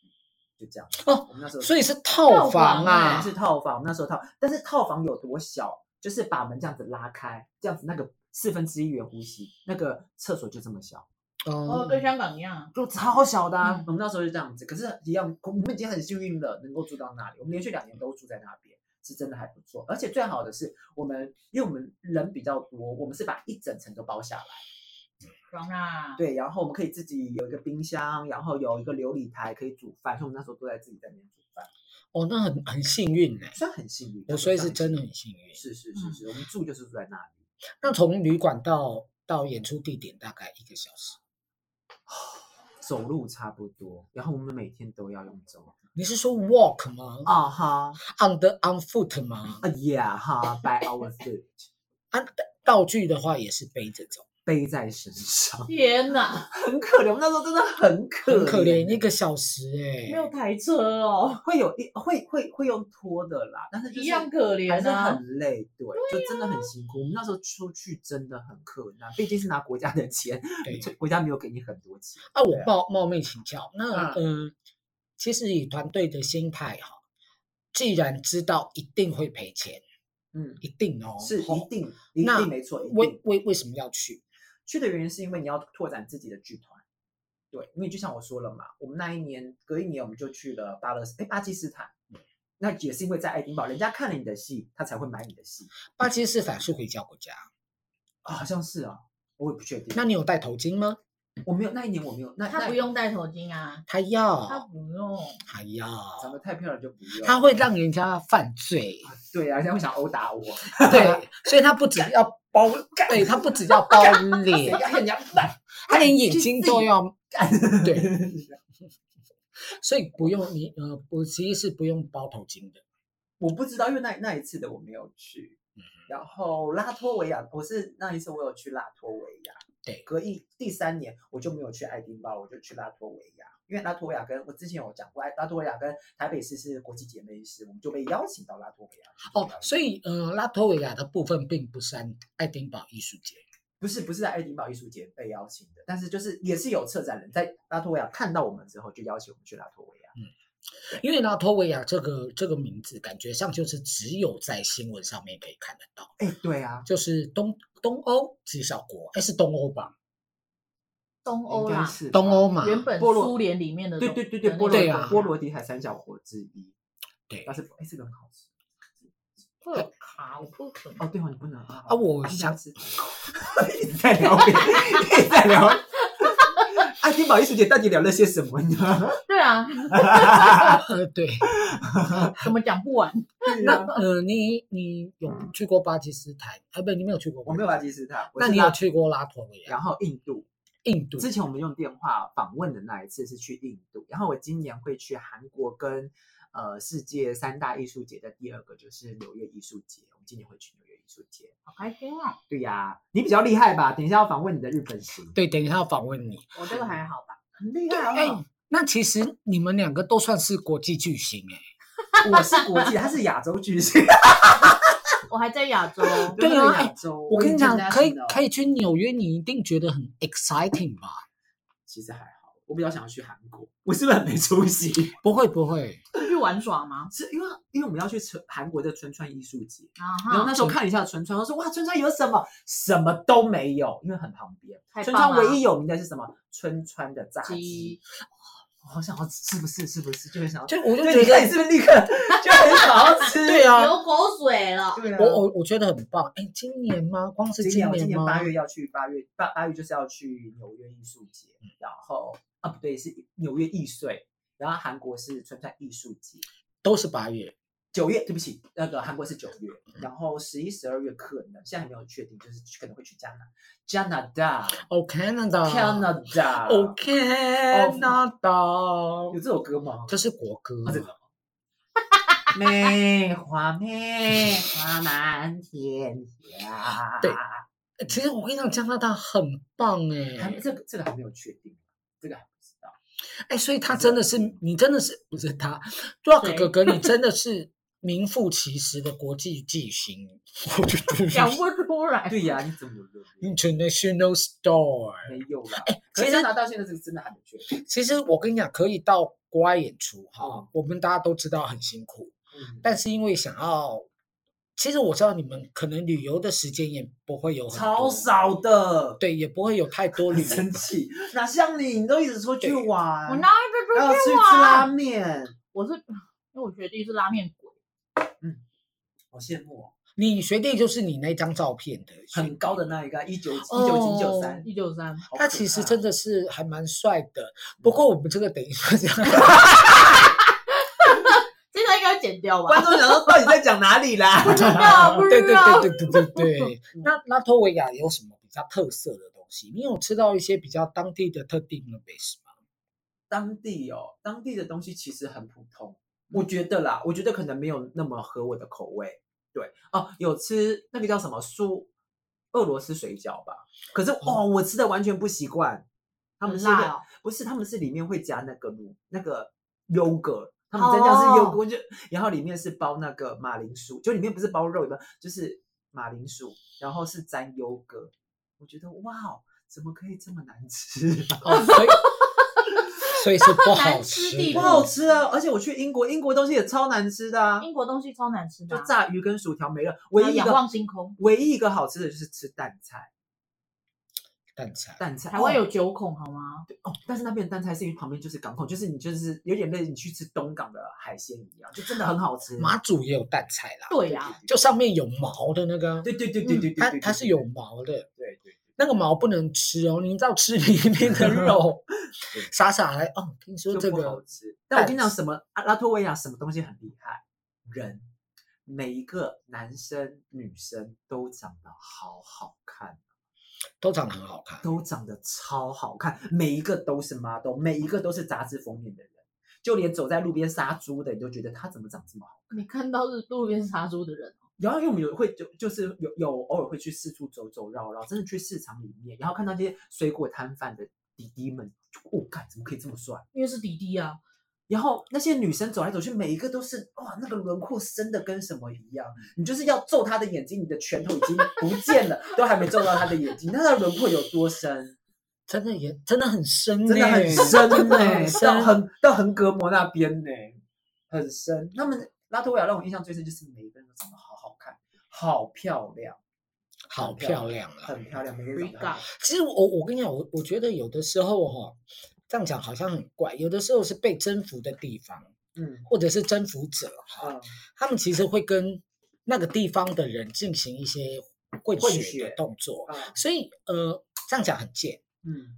Speaker 2: 就这样。
Speaker 1: 哦
Speaker 2: 我们那时候
Speaker 1: 所以是套
Speaker 3: 套
Speaker 1: 房
Speaker 3: 房
Speaker 1: 啊
Speaker 3: 哎
Speaker 2: 是套房，那时候套，但是套房有多小？就是把门这样子拉开，这样子那个四分之一圆弧形，那个厕所就这么小，
Speaker 3: 哦，
Speaker 1: 哦
Speaker 3: 跟香港一样，
Speaker 2: 就超小的、啊
Speaker 3: 嗯
Speaker 2: 我们那时候就这样子，可是一样，我们已经很幸运了，能够住到那里。我们连续两年都住在那边，是真的还不错。而且最好的是，我们因为我们人比较多，我们是把一整层都包下来。
Speaker 3: 爽啊！
Speaker 2: 对，然后我们可以自己有一个冰箱，然后有一个琉璃台可以煮饭，所以我们那时候都在自己在那边煮饭，
Speaker 1: 哦，那很很幸运哎、
Speaker 2: 算很幸运。
Speaker 1: 我所以是真的很幸运。
Speaker 2: 是是是是，我们住就是住在那里。
Speaker 1: 那从旅馆到到演出地点大概一个小时，
Speaker 2: 走路差不多，然后我们每天都要用走。
Speaker 1: 你是说 walk 吗、
Speaker 2: 啊哈，
Speaker 1: o n the on foot 吗？啊
Speaker 2: 啊呀哈，by our foot，
Speaker 1: 道具的话也是背着走，
Speaker 2: 背在身上，
Speaker 3: 天哪，
Speaker 2: 很可怜。我们那时候真的很可怜，欸
Speaker 1: 很可怜，一个小时哎、
Speaker 3: 没有台车哦，
Speaker 2: 会有一会会会用拖的啦，但是就是
Speaker 3: 一样可
Speaker 2: 还
Speaker 3: 怜
Speaker 2: 是
Speaker 3: 啊。
Speaker 2: 很累，对，就真的很辛苦。我们那时候出去真的很困难，毕竟是拿国家的钱，
Speaker 1: 对，
Speaker 2: 国家没有给你很多钱。
Speaker 1: 啊，我
Speaker 2: 对啊
Speaker 1: 冒冒昧请教，那
Speaker 2: 嗯
Speaker 1: 嗯、呃其实以团队的心态哈，既然知道一定会赔钱，
Speaker 2: 嗯，
Speaker 1: 一定哦，
Speaker 2: 是
Speaker 1: 吼
Speaker 2: 一定一
Speaker 1: 那
Speaker 2: 定没错，一定
Speaker 1: 为。为为什么要去？
Speaker 2: 去的原因是因为你要拓展自己的剧团。对，因为就像我说了嘛，我们那一年隔一年我们就去了巴勒斯，哎，巴基斯坦。那也是因为在爱丁堡，人家看了你的戏，他才会买你的戏。
Speaker 1: 巴基斯坦是回教国家，
Speaker 2: 啊，好像是啊，我也不确定。
Speaker 1: 那你有戴头巾吗？
Speaker 2: 我没有那一年我没有，那
Speaker 3: 他
Speaker 2: 那
Speaker 3: 不用戴头巾啊，
Speaker 1: 他
Speaker 2: 哦
Speaker 1: 要，
Speaker 3: 他不用，
Speaker 1: 他要，
Speaker 2: 长得太漂亮就不用。
Speaker 1: 他会让人家犯 罪，
Speaker 2: 对啊，人家会想殴打我，
Speaker 1: 对，所以他不只要包，对他不只要 包脸，
Speaker 2: 人家烂，
Speaker 1: 他连眼睛都 要，
Speaker 2: 干
Speaker 1: 对，所以不用你呃，我其实是不用包头巾的。
Speaker 2: 我不知道，因为那那一次的我没有去。
Speaker 1: 嗯
Speaker 2: 然后拉脱维亚，我是那一次我有去拉脱维亚。
Speaker 1: 对
Speaker 2: 隔一第三年我就没有去爱丁堡，我就去拉脱维亚。因为拉脱维亚跟我之前有讲过，哎拉脱维亚跟台北市是国际姐妹市，我们就被邀请到拉脱维亚去
Speaker 1: 哦
Speaker 2: 表演。，
Speaker 1: 所以呃，拉脱维亚的部分并不是爱爱丁堡艺术节，
Speaker 2: 不是不是在爱丁堡艺术节被邀请的，但是就是也是有策展人在拉脱维亚看到我们之后，就邀请我们去拉脱维亚。
Speaker 1: 因为拉脱维亚这个这个名字，感觉上就是只有在新闻上面可以看得到，
Speaker 2: 哎，对啊，
Speaker 1: 就是东东欧极小国，哎，是东欧吧？
Speaker 3: 东
Speaker 2: 应
Speaker 3: 欧
Speaker 2: 该
Speaker 3: 啦，
Speaker 2: 是
Speaker 1: 东
Speaker 2: 吧
Speaker 1: 欧嘛，
Speaker 3: 原本
Speaker 2: 波罗
Speaker 3: 苏联里面的
Speaker 2: 对
Speaker 3: 东
Speaker 2: 对对对，
Speaker 3: 的那
Speaker 2: 波罗
Speaker 3: 种
Speaker 1: 对啊
Speaker 2: 波罗的海三小国之一，
Speaker 1: 对
Speaker 2: 但是哎，这个很好吃
Speaker 3: 会有啊卡，我不可
Speaker 2: 哦，
Speaker 3: 能。
Speaker 2: 对哦，你不能啊
Speaker 1: 啊我想
Speaker 2: 吃， 一直在聊别人，一直在 聊。爱丁堡艺术节到底聊了些什么呢？
Speaker 3: 对啊，
Speaker 1: 呃，对，
Speaker 3: 怎么讲不完？
Speaker 2: 对
Speaker 1: 那
Speaker 2: 啊
Speaker 1: 呃，你你有去过巴基斯坦？哎，不，你没有去过，
Speaker 2: 嗯我没有巴。基斯坦，我
Speaker 1: 那
Speaker 2: 是
Speaker 1: 你
Speaker 2: 拉
Speaker 1: 有去过拉脱维亚、
Speaker 2: 然后印度，
Speaker 1: 印度？
Speaker 2: 之前我们用电话访问的那一次是去印度，然后我今年会去韩国跟呃世界三大艺术节的第二个就是纽约艺术节，我们今年会去纽约艺术节。
Speaker 3: 好开心哦！
Speaker 2: 对呀、你比较厉害吧？等一下要访问你的日本行，
Speaker 1: 对，等一下要访问你。
Speaker 3: 我
Speaker 2: 嗯
Speaker 3: 这个还好吧，很厉
Speaker 2: 啊
Speaker 3: 害好不
Speaker 1: 哎、
Speaker 2: 哦
Speaker 3: 好？
Speaker 1: 那其实你们两个都算是国际巨星哎、
Speaker 2: 我是国际，他是亚洲巨星，
Speaker 3: 我还在亚洲，
Speaker 1: 对啊
Speaker 2: 他是
Speaker 1: 哎
Speaker 2: 亚洲。
Speaker 1: 我跟你讲，可以可
Speaker 2: 以，
Speaker 1: 以去纽约，你一定觉得很 exciting 吧？
Speaker 2: 其实还好，我比较想要去韩国，我是不是很没出息？
Speaker 1: 不会不会，
Speaker 3: 出去玩耍吗？
Speaker 2: 是因为因为我们要去春韩国的春川艺术节，
Speaker 3: 啊
Speaker 2: 然后
Speaker 3: 哈，
Speaker 2: 那时候看一下春川，我说哇，春川有什么？什么都没有，因为很旁边。
Speaker 3: 太
Speaker 2: 春
Speaker 3: 棒
Speaker 2: 川
Speaker 3: 了
Speaker 2: 唯一有名的是什么？春川的炸鸡
Speaker 3: 鸡。
Speaker 2: 我好想要吃，是不是？是不是？就很想要吃。
Speaker 1: 就我就
Speaker 2: 对
Speaker 1: 觉
Speaker 2: 你看你
Speaker 1: 得
Speaker 2: 是不是立刻 就很想要吃？
Speaker 1: 对啊，
Speaker 3: 流口水了。
Speaker 2: 对啊
Speaker 1: 我我我觉得很棒。哎，今年吗？光是
Speaker 2: 今年我今
Speaker 1: 年
Speaker 2: 年
Speaker 1: 吗？
Speaker 2: 八月要去八月八八月就是要去纽约艺术节，然后啊不对是纽约艺穗，然后韩国是春川艺术节，
Speaker 1: 都是八月。
Speaker 2: 九月对不起那个韩国是九月，然后十一十二月可能现在还没有确定，就是去可能会去加拿加拿大
Speaker 1: Oh
Speaker 2: 啊
Speaker 1: Canada。
Speaker 2: Canada
Speaker 1: Oh Canada。
Speaker 2: 有这首歌吗？
Speaker 1: 这是国歌。
Speaker 2: 啊真的梅花梅花满 天下，
Speaker 1: 对哎其实我跟你讲，加拿大很棒
Speaker 2: 还
Speaker 1: 哎
Speaker 2: 这个这个还没有确定，啊这个还不知 道。
Speaker 1: 哎，所以他真的是你真的是不是他 Rock
Speaker 3: 谁
Speaker 1: 哥哥，你真的是名副其实的国际巨星。我觉得
Speaker 3: 讲不出来，
Speaker 2: 对 呀、你怎么了？
Speaker 1: International Star。
Speaker 2: 没有啦。
Speaker 1: 其
Speaker 2: 可是
Speaker 1: 实
Speaker 2: 加拿大现在这个真的还没确定。
Speaker 1: 其实我跟你讲，可以到国外演出哈，
Speaker 2: 嗯
Speaker 1: 我们大家都知道很辛苦，但是因为想要，其实我知道你们可能旅游的时间也不会有很
Speaker 2: 超
Speaker 1: 多，
Speaker 2: 少的，
Speaker 1: 对，也不会有太多
Speaker 2: 我
Speaker 1: 旅
Speaker 2: 很
Speaker 1: 游
Speaker 2: 生
Speaker 1: 吧。
Speaker 2: 气，哪像你，你都一直出去玩，
Speaker 3: 我哪
Speaker 2: 然
Speaker 3: 有
Speaker 2: 后
Speaker 3: 在
Speaker 2: 去
Speaker 3: 出去
Speaker 2: 吃拉
Speaker 3: 玩？
Speaker 2: 面，
Speaker 3: 啊我是因为我学弟是拉面鬼，
Speaker 2: 好羡慕哦，
Speaker 1: 你学弟就是你那张照片的，
Speaker 2: 很高的那一个，一九一九
Speaker 1: 哦
Speaker 2: 几九三，
Speaker 3: 一九三，
Speaker 1: 他其实真
Speaker 2: 的
Speaker 1: 的是还蛮帅的。不过
Speaker 2: 嗯
Speaker 1: 我们这个等一下这样，
Speaker 3: 这个应该剪掉
Speaker 2: 观
Speaker 3: 吧？
Speaker 2: 众想说到底在讲哪里 啦？
Speaker 3: 道不
Speaker 1: 对对
Speaker 3: 知
Speaker 2: 啊
Speaker 3: 道
Speaker 1: 对对对 对
Speaker 2: 嗯
Speaker 1: 对。那拉脱维亚有什么比较特色的东西？你有吃到一些比较当地的特定的美食吗？
Speaker 2: 当地哦，当地的东西其实很普通，
Speaker 3: 嗯
Speaker 2: 我觉得啦，我觉得可能没有那么合我的口味。对哦，有吃那个叫什么酥俄罗斯水饺吧？可是哦，我吃的完全不习惯。他们
Speaker 3: 很
Speaker 2: 是一个
Speaker 3: 辣哦，
Speaker 2: 不是，他们是里面会加那个乳那个 yogurt，他们真的是
Speaker 3: 哦
Speaker 2: yogurt，、就然后里面是包那个马铃薯，就里面不是包肉的，就是马铃薯，然后是沾 yogurt。我觉得哇，哦怎么可以这么难吃、
Speaker 1: 哦， 所以所以是不好
Speaker 3: 难吃
Speaker 1: 吃
Speaker 3: 地
Speaker 1: 的，
Speaker 2: 不好吃啊！而且我去英国，英国东西也超难吃的啊，
Speaker 3: 英国东西超难吃的
Speaker 2: 就
Speaker 3: 啊，
Speaker 2: 炸鱼跟薯条没了。唯
Speaker 3: 还有
Speaker 2: 一一
Speaker 3: 仰
Speaker 2: 个
Speaker 3: 望星空，
Speaker 2: 唯一一个好吃的就是吃蛋菜，
Speaker 1: 蛋菜。
Speaker 2: 蛋菜
Speaker 3: 台湾
Speaker 2: 哦
Speaker 3: 有九孔好吗？
Speaker 2: 哦，但是那边的蛋菜是因为旁边就是港口，就是你就是有点类似你去吃东港的海鲜一样，就真的很好吃。
Speaker 1: 马祖也有蛋菜
Speaker 2: 啊
Speaker 1: 啦，
Speaker 3: 对啊呀，
Speaker 1: 就上面有毛的那个啊，
Speaker 2: 对对对对对对对，
Speaker 1: 它
Speaker 2: 对
Speaker 1: 它是有，毛的，
Speaker 2: 对对
Speaker 1: 那个毛不能吃哦，你知道吃里面的肉
Speaker 2: 对，
Speaker 1: 傻傻来哦。听说
Speaker 2: 对，
Speaker 1: 这
Speaker 2: 就不好
Speaker 1: 个
Speaker 2: 吃。但我跟你讲，什么啊拉脱维亚什么东西很厉害，人。每一个男生女生都长得好好看，
Speaker 1: 都长得很好看，
Speaker 2: 都长得超好看，每一个都是 model，每一个都是杂志封面的人，就连走在路边杀猪的，你都觉得他怎么长这么好。
Speaker 3: 你看到是路边杀猪的人，哦
Speaker 2: 然后因为我们有会就就是有有偶尔会去四处走走绕绕，真的去市场里面，然后看到这些水果摊贩的弟弟们，就哦，干怎么可以这么帅？
Speaker 3: 因为是弟弟啊，
Speaker 2: 然后那些女生走来走去，每一个都是哇，那个轮廓深的跟什么一样。你就是要揍她的眼睛，你的拳头已经不见了，都还没揍到她的眼睛，那她的轮廓有多深？
Speaker 1: 真的也真的很深、欸，
Speaker 2: 真的很深
Speaker 1: 真的
Speaker 2: 哎、
Speaker 1: 很
Speaker 2: 到
Speaker 1: 深。
Speaker 2: 横到横膈膜那边呢、很深。那么拉脱维亚让我印象最深就是每一个人都长得好好看，好漂亮，
Speaker 1: 好漂亮啊！
Speaker 2: 很漂亮，每个人长得很好
Speaker 3: Riga
Speaker 1: 其实我我跟你讲，我我觉得有的时候哈、这样讲好像很怪，有的时候是被征服的地方，
Speaker 2: 嗯
Speaker 1: 或者是征服者哈、
Speaker 2: 嗯，
Speaker 1: 他们其实会跟那个地方的人进行一些混
Speaker 2: 混
Speaker 1: 血
Speaker 2: 血
Speaker 1: 的动作，
Speaker 2: 啊
Speaker 1: 所以呃，这样讲很贱。
Speaker 2: 嗯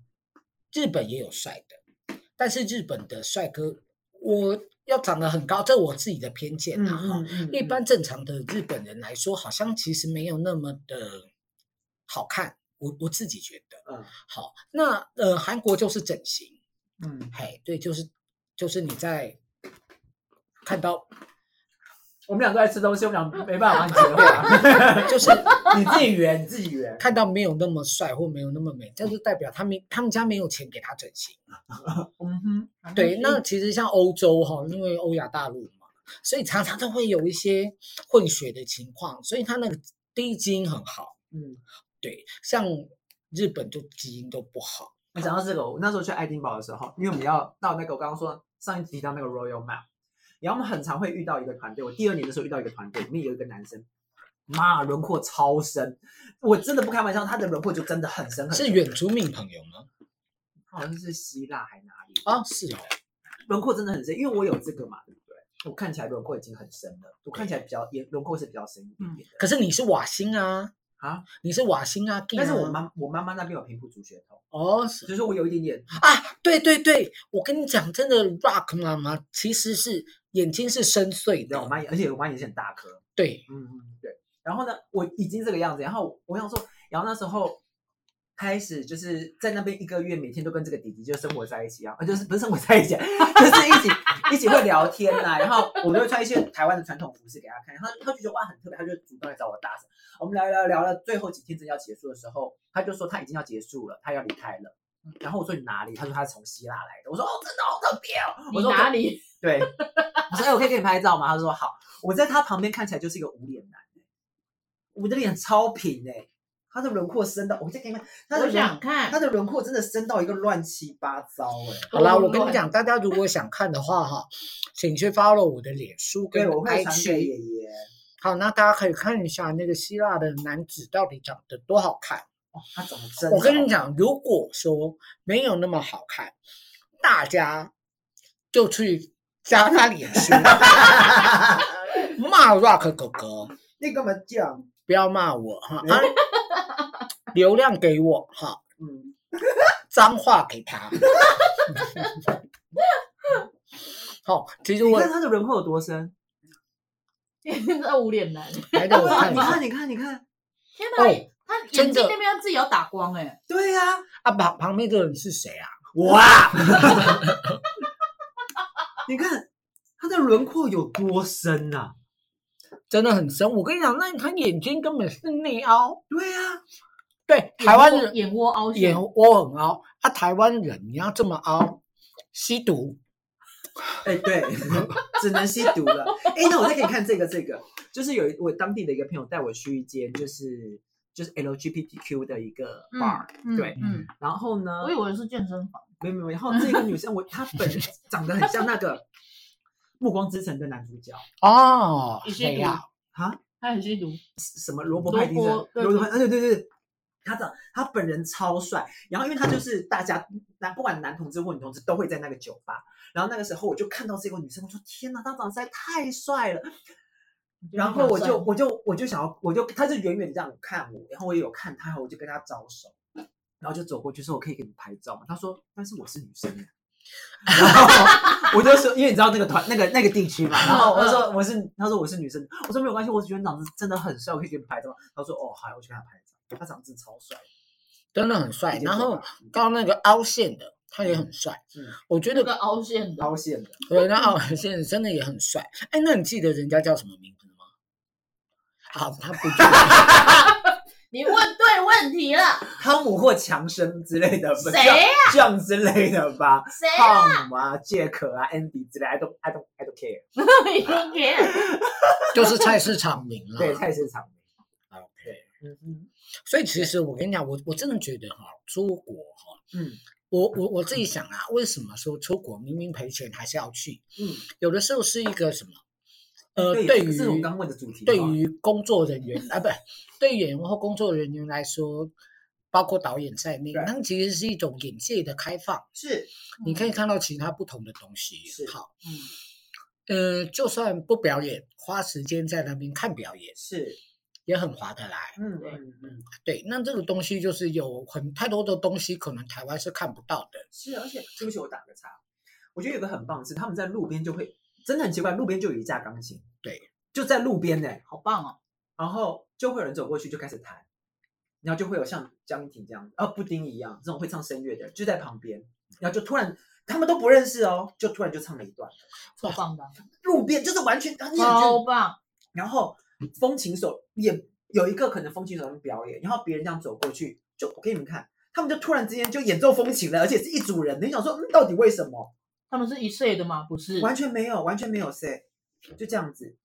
Speaker 1: 日本也有帅的，但是日本的帅哥，我要长得很高，这我自己的偏见啊。哈
Speaker 2: 嗯嗯
Speaker 1: 一般正常的日本人来说，好像其实没有那么的好看，我我自己觉得。
Speaker 2: 嗯
Speaker 1: 好，那呃，韩国就是整形，
Speaker 2: 嗯，
Speaker 1: 嘿，对，就是就是你在看到，
Speaker 2: 我们俩都在吃东西，我们俩没办法帮你结尾啊，
Speaker 1: 就是
Speaker 2: 你自己圆，你自己圆。
Speaker 1: 看到没有那么帅或没有那么美，这就代表他们他们家没有钱给他整形。
Speaker 2: 嗯哼，
Speaker 1: 对，那其实像欧洲哈，因为欧亚大陆嘛，所以常常都会有一些混血的情况，所以它那个第一基因很好。
Speaker 2: 嗯，
Speaker 1: 对，像日本就基因都不好。
Speaker 2: 我讲到这个，我那时候去爱丁堡的时候，因为我们要到那个我刚刚说上一集提到那个 Royal Map，然后我们很常会遇到一个团队。我第二年的时候遇到一个团队，里面有一个男生，妈轮廓超深，我真的不开玩笑，他的轮廓就真的很深很深
Speaker 1: 是远足敏朋友吗？
Speaker 2: 好像是希腊还哪里
Speaker 1: 啊，是哦，
Speaker 2: 轮廓真的很深，因为我有这个嘛，对不对？我看起来轮廓已经很深了，我看起来比较也轮廓是比较深一点点的、
Speaker 1: 可是你是瓦星啊，
Speaker 2: 啊。
Speaker 1: 你是瓦星啊，
Speaker 2: 但是我
Speaker 1: 们
Speaker 2: 妈我妈妈那边有平埔族血统，
Speaker 1: 哦，是
Speaker 2: 就是我有一点点
Speaker 1: 啊，对对对，我跟你讲，真的 Rock 妈妈其实是眼睛是深邃
Speaker 2: 你知道我
Speaker 1: 的，
Speaker 2: 妈也，而且我妈也是很大颗，
Speaker 1: 对，
Speaker 2: 嗯嗯，对。然后呢，我已经这个样子，然后我想说，然后那时候开始就是在那边一个月，每天都跟这个弟弟就生活在一起啊，呃就是不是生活在一起啊， 就是一起一起会聊天呐、然后我们会穿一些台湾的传统服饰给他看，然后他就觉得哇很特别，他就主动来找我搭讪。我们聊聊聊了，最后几天真的要结束的时候，他就说他已经要结束了，他要离开了。然后我说你哪里？他说他是从希腊来的。我说哦，真的好特别哦。
Speaker 3: 你
Speaker 2: 我说
Speaker 3: 哪里？
Speaker 2: 对， 我说：“哎、我可以给你拍照吗？”他说：“好。”我在他旁边看起来就是一个无脸男、欸，我的脸超平哎、他的轮廓深到，我再给你看，他的
Speaker 3: 我想
Speaker 2: 轮
Speaker 3: 看
Speaker 2: 他。的轮廓真的深到一个乱七八糟哎、
Speaker 1: 好啦，我
Speaker 3: 多
Speaker 1: 跟你
Speaker 3: 乱
Speaker 1: 讲，大家如果想看的话哈，请去 follow 我的脸书跟
Speaker 2: 对，我会传给
Speaker 1: IG。
Speaker 2: 爷爷。
Speaker 1: 好，那大家可以看一下那个希腊的男子到底长得多好看。
Speaker 2: 哦，他长得真的好看，
Speaker 1: 我
Speaker 2: 哦
Speaker 1: 跟你讲，如果说没有那么好看，大家就去加他脸书 骂 Rock 哥哥，
Speaker 2: 你干嘛这样？
Speaker 1: 不要骂我哈，
Speaker 2: 哎
Speaker 1: 啊，流量给我哈，
Speaker 2: 嗯，
Speaker 1: 脏话给他。 好，其实
Speaker 2: 你
Speaker 1: 我
Speaker 2: 看他的轮廓有多深？
Speaker 3: 那无脸 男，
Speaker 1: 来给我
Speaker 2: 对啊
Speaker 1: 看一
Speaker 2: 你
Speaker 1: 下。
Speaker 2: 看，你看，你看，
Speaker 3: 天
Speaker 1: 哦
Speaker 3: 哪！哎他
Speaker 1: 真
Speaker 3: 眼
Speaker 1: 的
Speaker 3: 睛那边自己有打光哎，
Speaker 2: 对呀、啊，
Speaker 1: 啊，旁旁边这个人是谁啊？
Speaker 2: 哇， 你看他的轮廓有多深啊呐、
Speaker 1: 真的很深。我跟你讲，那他眼睛根本是内凹。
Speaker 2: 对呀、
Speaker 1: 对，台湾人
Speaker 3: 眼窝凹陷
Speaker 1: 眼，窝很凹，啊，台湾人你要这么凹，吸毒。
Speaker 2: 哎、对，只能吸毒了。哎、那我再给你看这个，这个就是有一我当地的一个朋友带我去一间，就是就是 LGBTQ 的一个
Speaker 3: 嗯
Speaker 2: bar，、
Speaker 3: 嗯
Speaker 2: 对
Speaker 3: 嗯，
Speaker 2: 然后呢，
Speaker 3: 我以为是健身房，
Speaker 2: 没有没有，然后这个女生我她本人长得很像那个《暮光之城》的男主角
Speaker 1: 哦，
Speaker 3: 你吸
Speaker 1: 谁呀、
Speaker 2: 啊，
Speaker 3: 他很吸毒，
Speaker 2: 什么罗伯派丁
Speaker 3: 罗
Speaker 2: 森，
Speaker 3: 伯
Speaker 2: 罗伯派，啊对对对。他长他本人超帅，然后因为他就是大家男不管男同志或女同志都会在那个酒吧，然后那个时候我就看到这个女生，我说天哪，他长得实在太帅了，然后我就我就我就想要，我就他就远远这样看我，然后我也有看他，我就跟他招手，然后就走过去说：“我可以给你拍照吗？”他说：“但是我是女生。”啊然后我就说，因为你知道那个团那个那个地区嘛，然后我就说我是，他说我是女生，我说没有关系，我只觉得你长得真的很帅，我可以给你拍照吗。他说哦好，我去给他拍照，他长得真的超帅，
Speaker 1: 真的很帅。
Speaker 2: 一点
Speaker 1: 然
Speaker 2: 都
Speaker 1: 后
Speaker 2: 不
Speaker 3: 啊
Speaker 2: 怕
Speaker 1: 到那个凹陷的，他也很帅。
Speaker 2: 嗯
Speaker 1: 我觉
Speaker 3: 那
Speaker 1: 得
Speaker 3: 个凹陷的，
Speaker 2: 凹陷的，
Speaker 1: 对，那凹陷真的也很帅。哎，那你记得人家叫什么名字吗？好，他不记得。
Speaker 3: 你问对问题了，
Speaker 2: 汤姆或强生之类的，
Speaker 3: 谁呀
Speaker 2: 这样之类的吧？
Speaker 3: 谁
Speaker 2: 汤姆啊、杰克啊、Andy 之类，I don't I don't I don't care。
Speaker 3: 你都给
Speaker 1: 就是菜市场名了。
Speaker 2: 对，菜市场。
Speaker 1: OK。
Speaker 2: 嗯嗯
Speaker 1: 所以其实我跟你讲，我我真的觉得哈，出国哈，
Speaker 2: 嗯
Speaker 1: 我我我自己想啊，为什么说出国明明赔钱还是要去？
Speaker 2: 嗯，
Speaker 1: 有的时候是一个什么？呃，
Speaker 2: 哎对
Speaker 1: 对
Speaker 2: 这
Speaker 1: 于
Speaker 2: 是我刚问的主题
Speaker 1: 对
Speaker 2: 哈
Speaker 1: 于工作人员啊，不，对于演员或工作人员来说，包括导演在内，
Speaker 2: 对
Speaker 1: 他们其实是一种眼界的开放，
Speaker 2: 是
Speaker 1: 你可以看到其他不同的东西
Speaker 2: 是。
Speaker 1: 好，
Speaker 3: 嗯，
Speaker 1: 呃，就算不表演，花时间在那边看表演
Speaker 2: 是，
Speaker 1: 也很划得来。
Speaker 2: 嗯
Speaker 3: 对
Speaker 2: 嗯嗯，
Speaker 1: 对，那这个东西就是有很太多的东西，可能台湾是看不到的。
Speaker 2: 是，而且对不起，我打个岔，我觉得有个很棒的是，他们在路边就会，真的很奇怪，路边就有一架钢琴，
Speaker 1: 对，
Speaker 2: 就在路边呢、
Speaker 3: 好棒哦！
Speaker 2: 然后就会有人走过去就开始弹，然后就会有像江一婷这样，啊布丁一样这种会唱声乐的就在旁边，然后就突然他们都不认识哦，就突然就唱了一段，
Speaker 3: 超棒的，
Speaker 2: 路边就是完全，然后你很觉
Speaker 3: 超
Speaker 2: 得
Speaker 3: 棒！
Speaker 2: 然后风琴手也有一个可能风琴手在表演，然后别人这样走过去，就我给你们看，他们就突然之间就演奏风琴了，而且是一组人，你想说，嗯，到底为什么？
Speaker 3: 他们是一岁的吗？不是，
Speaker 2: 完全没有，完全没有谁，就这样子。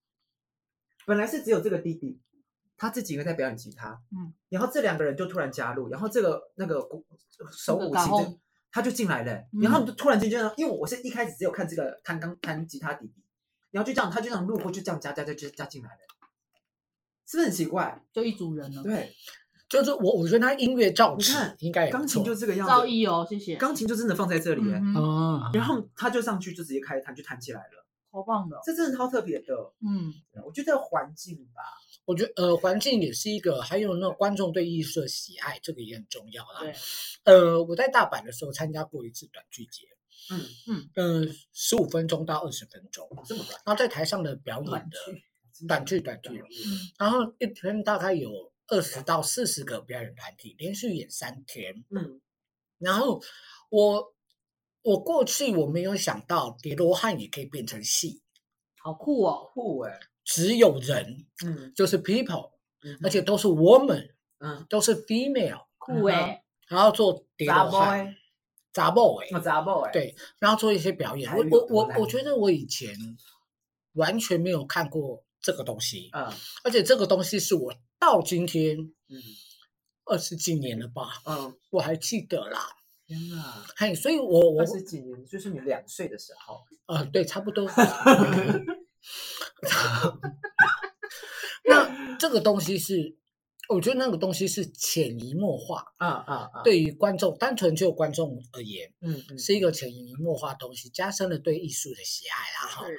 Speaker 2: 本来是只有这个弟弟，他自己一个在表演吉他，
Speaker 3: 嗯，
Speaker 2: 然后这两个人就突然加入，然后这个那个鼓呃手
Speaker 3: 那个
Speaker 2: 鼓
Speaker 3: 嘎
Speaker 2: 琴
Speaker 3: 轰
Speaker 2: 的他就进来了，
Speaker 3: 嗯
Speaker 2: 然后你就突然间就这样，因为我是一开始只有看这个弹钢弹吉他弟弟，然后就这样他就这样路过就这样加加加加加进来了，是不是很奇怪？
Speaker 3: 就一组人了。
Speaker 2: 对，
Speaker 1: 就是我，我觉得他音乐造
Speaker 2: 你
Speaker 1: 诣
Speaker 2: 看
Speaker 1: 应该也
Speaker 2: 钢
Speaker 1: 不
Speaker 2: 琴
Speaker 1: 错
Speaker 2: 就这个样
Speaker 3: 造
Speaker 2: 子，
Speaker 3: 诣哦，谢谢。
Speaker 2: 钢琴就真的放在这里耶，
Speaker 3: 嗯哼，
Speaker 1: 啊。
Speaker 2: 然后他就上去就直接开弹就弹起来了，
Speaker 3: 超棒的哦。
Speaker 2: 这真的超特别的。
Speaker 3: 嗯，
Speaker 2: 我觉得环境吧，
Speaker 1: 我觉得呃，环境也是一个，还有那种观众对艺术的喜爱，这个也很重要啦
Speaker 3: 对。，
Speaker 1: 呃，我在大阪的时候参加过一次短剧节，
Speaker 2: 嗯
Speaker 3: 嗯，
Speaker 1: 呃，十五分钟到二十分钟，
Speaker 2: 这么短，
Speaker 1: 然后在台上的表演
Speaker 3: 短
Speaker 1: 的，
Speaker 3: 剧，
Speaker 1: 短剧短
Speaker 2: 嗯
Speaker 1: 剧然后一天大概有二十到四十个表演团体，连续演三天，
Speaker 2: 嗯，
Speaker 1: 然后我我过去我没有想到叠罗汉也可以变成戏，
Speaker 3: 好酷哦！
Speaker 2: 酷哎，
Speaker 1: 只有人
Speaker 2: 嗯，
Speaker 1: 就是 people，
Speaker 2: 嗯
Speaker 1: 而且都是 woman，
Speaker 2: 嗯，
Speaker 1: 都是 female。
Speaker 3: 酷哎，
Speaker 1: 然后做叠
Speaker 2: 杂
Speaker 1: 罗
Speaker 2: 包
Speaker 1: 汉
Speaker 2: 欸、
Speaker 1: 杂报哎
Speaker 2: 我，杂爆哎，，
Speaker 1: 对，然后做一些表演。
Speaker 2: 台
Speaker 1: 我
Speaker 2: 语有
Speaker 1: 我
Speaker 2: 多
Speaker 1: 我
Speaker 2: 烂
Speaker 1: 我觉得我以前完全没有看过这个东西，
Speaker 2: 嗯
Speaker 1: 而且这个东西是我到今天
Speaker 2: 嗯
Speaker 1: 二十几年了吧，
Speaker 2: 嗯，
Speaker 1: 我还记得啦。
Speaker 2: 天哪，
Speaker 1: 嘿，所以我我
Speaker 2: 二十几年就是你两岁的时候，
Speaker 1: 呃对，差不多。 那这个东西是，我觉得那个东西是潜移默化，
Speaker 2: 啊啊啊，，
Speaker 1: 对于观众，单纯就观众而言，
Speaker 2: 嗯嗯，
Speaker 1: 是一个潜移默化的东西，加深了对艺术的喜爱啦哈。
Speaker 2: 是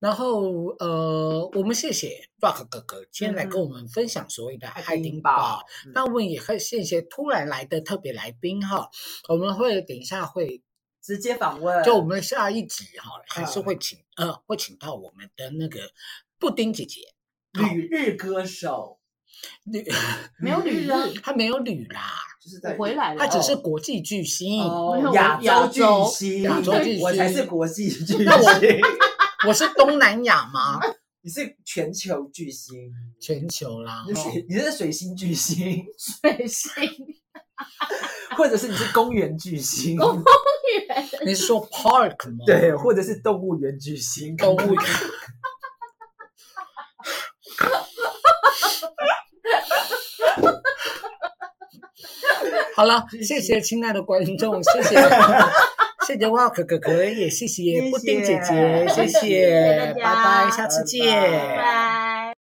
Speaker 1: 然后呃，我们谢谢 Rock 哥哥今天来跟
Speaker 2: 嗯
Speaker 1: 我们分享所谓的爱丁堡
Speaker 2: 堡。，
Speaker 1: 那我们也很谢谢突然来的特别来宾哈，我们会等一下会，
Speaker 2: 直接访问，
Speaker 1: 就我们下一集哈，还是
Speaker 2: 嗯
Speaker 1: 会请呃会请到我们的那个布丁姐姐，
Speaker 2: 旅日歌手，
Speaker 1: 吕嗯
Speaker 3: 没有旅
Speaker 2: 旅
Speaker 3: 日
Speaker 2: 日啊，
Speaker 1: 她没有吕啦，
Speaker 2: 就是在
Speaker 3: 我回来了
Speaker 1: 她。只是国际巨星，
Speaker 2: 哦
Speaker 3: 没有
Speaker 2: 亚
Speaker 3: 亚
Speaker 2: 洲巨
Speaker 3: 洲
Speaker 2: 星，
Speaker 1: 亚洲巨
Speaker 2: 我才
Speaker 1: 星
Speaker 2: 是国际巨星，
Speaker 1: 那我我是东南亚吗？
Speaker 2: 你是全球巨星，
Speaker 1: 全球啦，
Speaker 2: 你是
Speaker 1: 哈
Speaker 2: 水你是水星巨星，
Speaker 3: 水 星
Speaker 2: 或者是你是公 园巨星，
Speaker 3: 园，
Speaker 1: 你是说 park 吗？
Speaker 2: 对，或者是动物园巨星，
Speaker 1: 动物园。好了，谢谢亲爱的观众，谢谢谢谢哇可可可，也谢谢布丁姐姐，谢
Speaker 2: 谢谢
Speaker 1: 谢，
Speaker 3: 谢
Speaker 1: 拜
Speaker 3: 谢大家
Speaker 1: 拜，下次见，
Speaker 2: 拜拜
Speaker 3: 拜拜。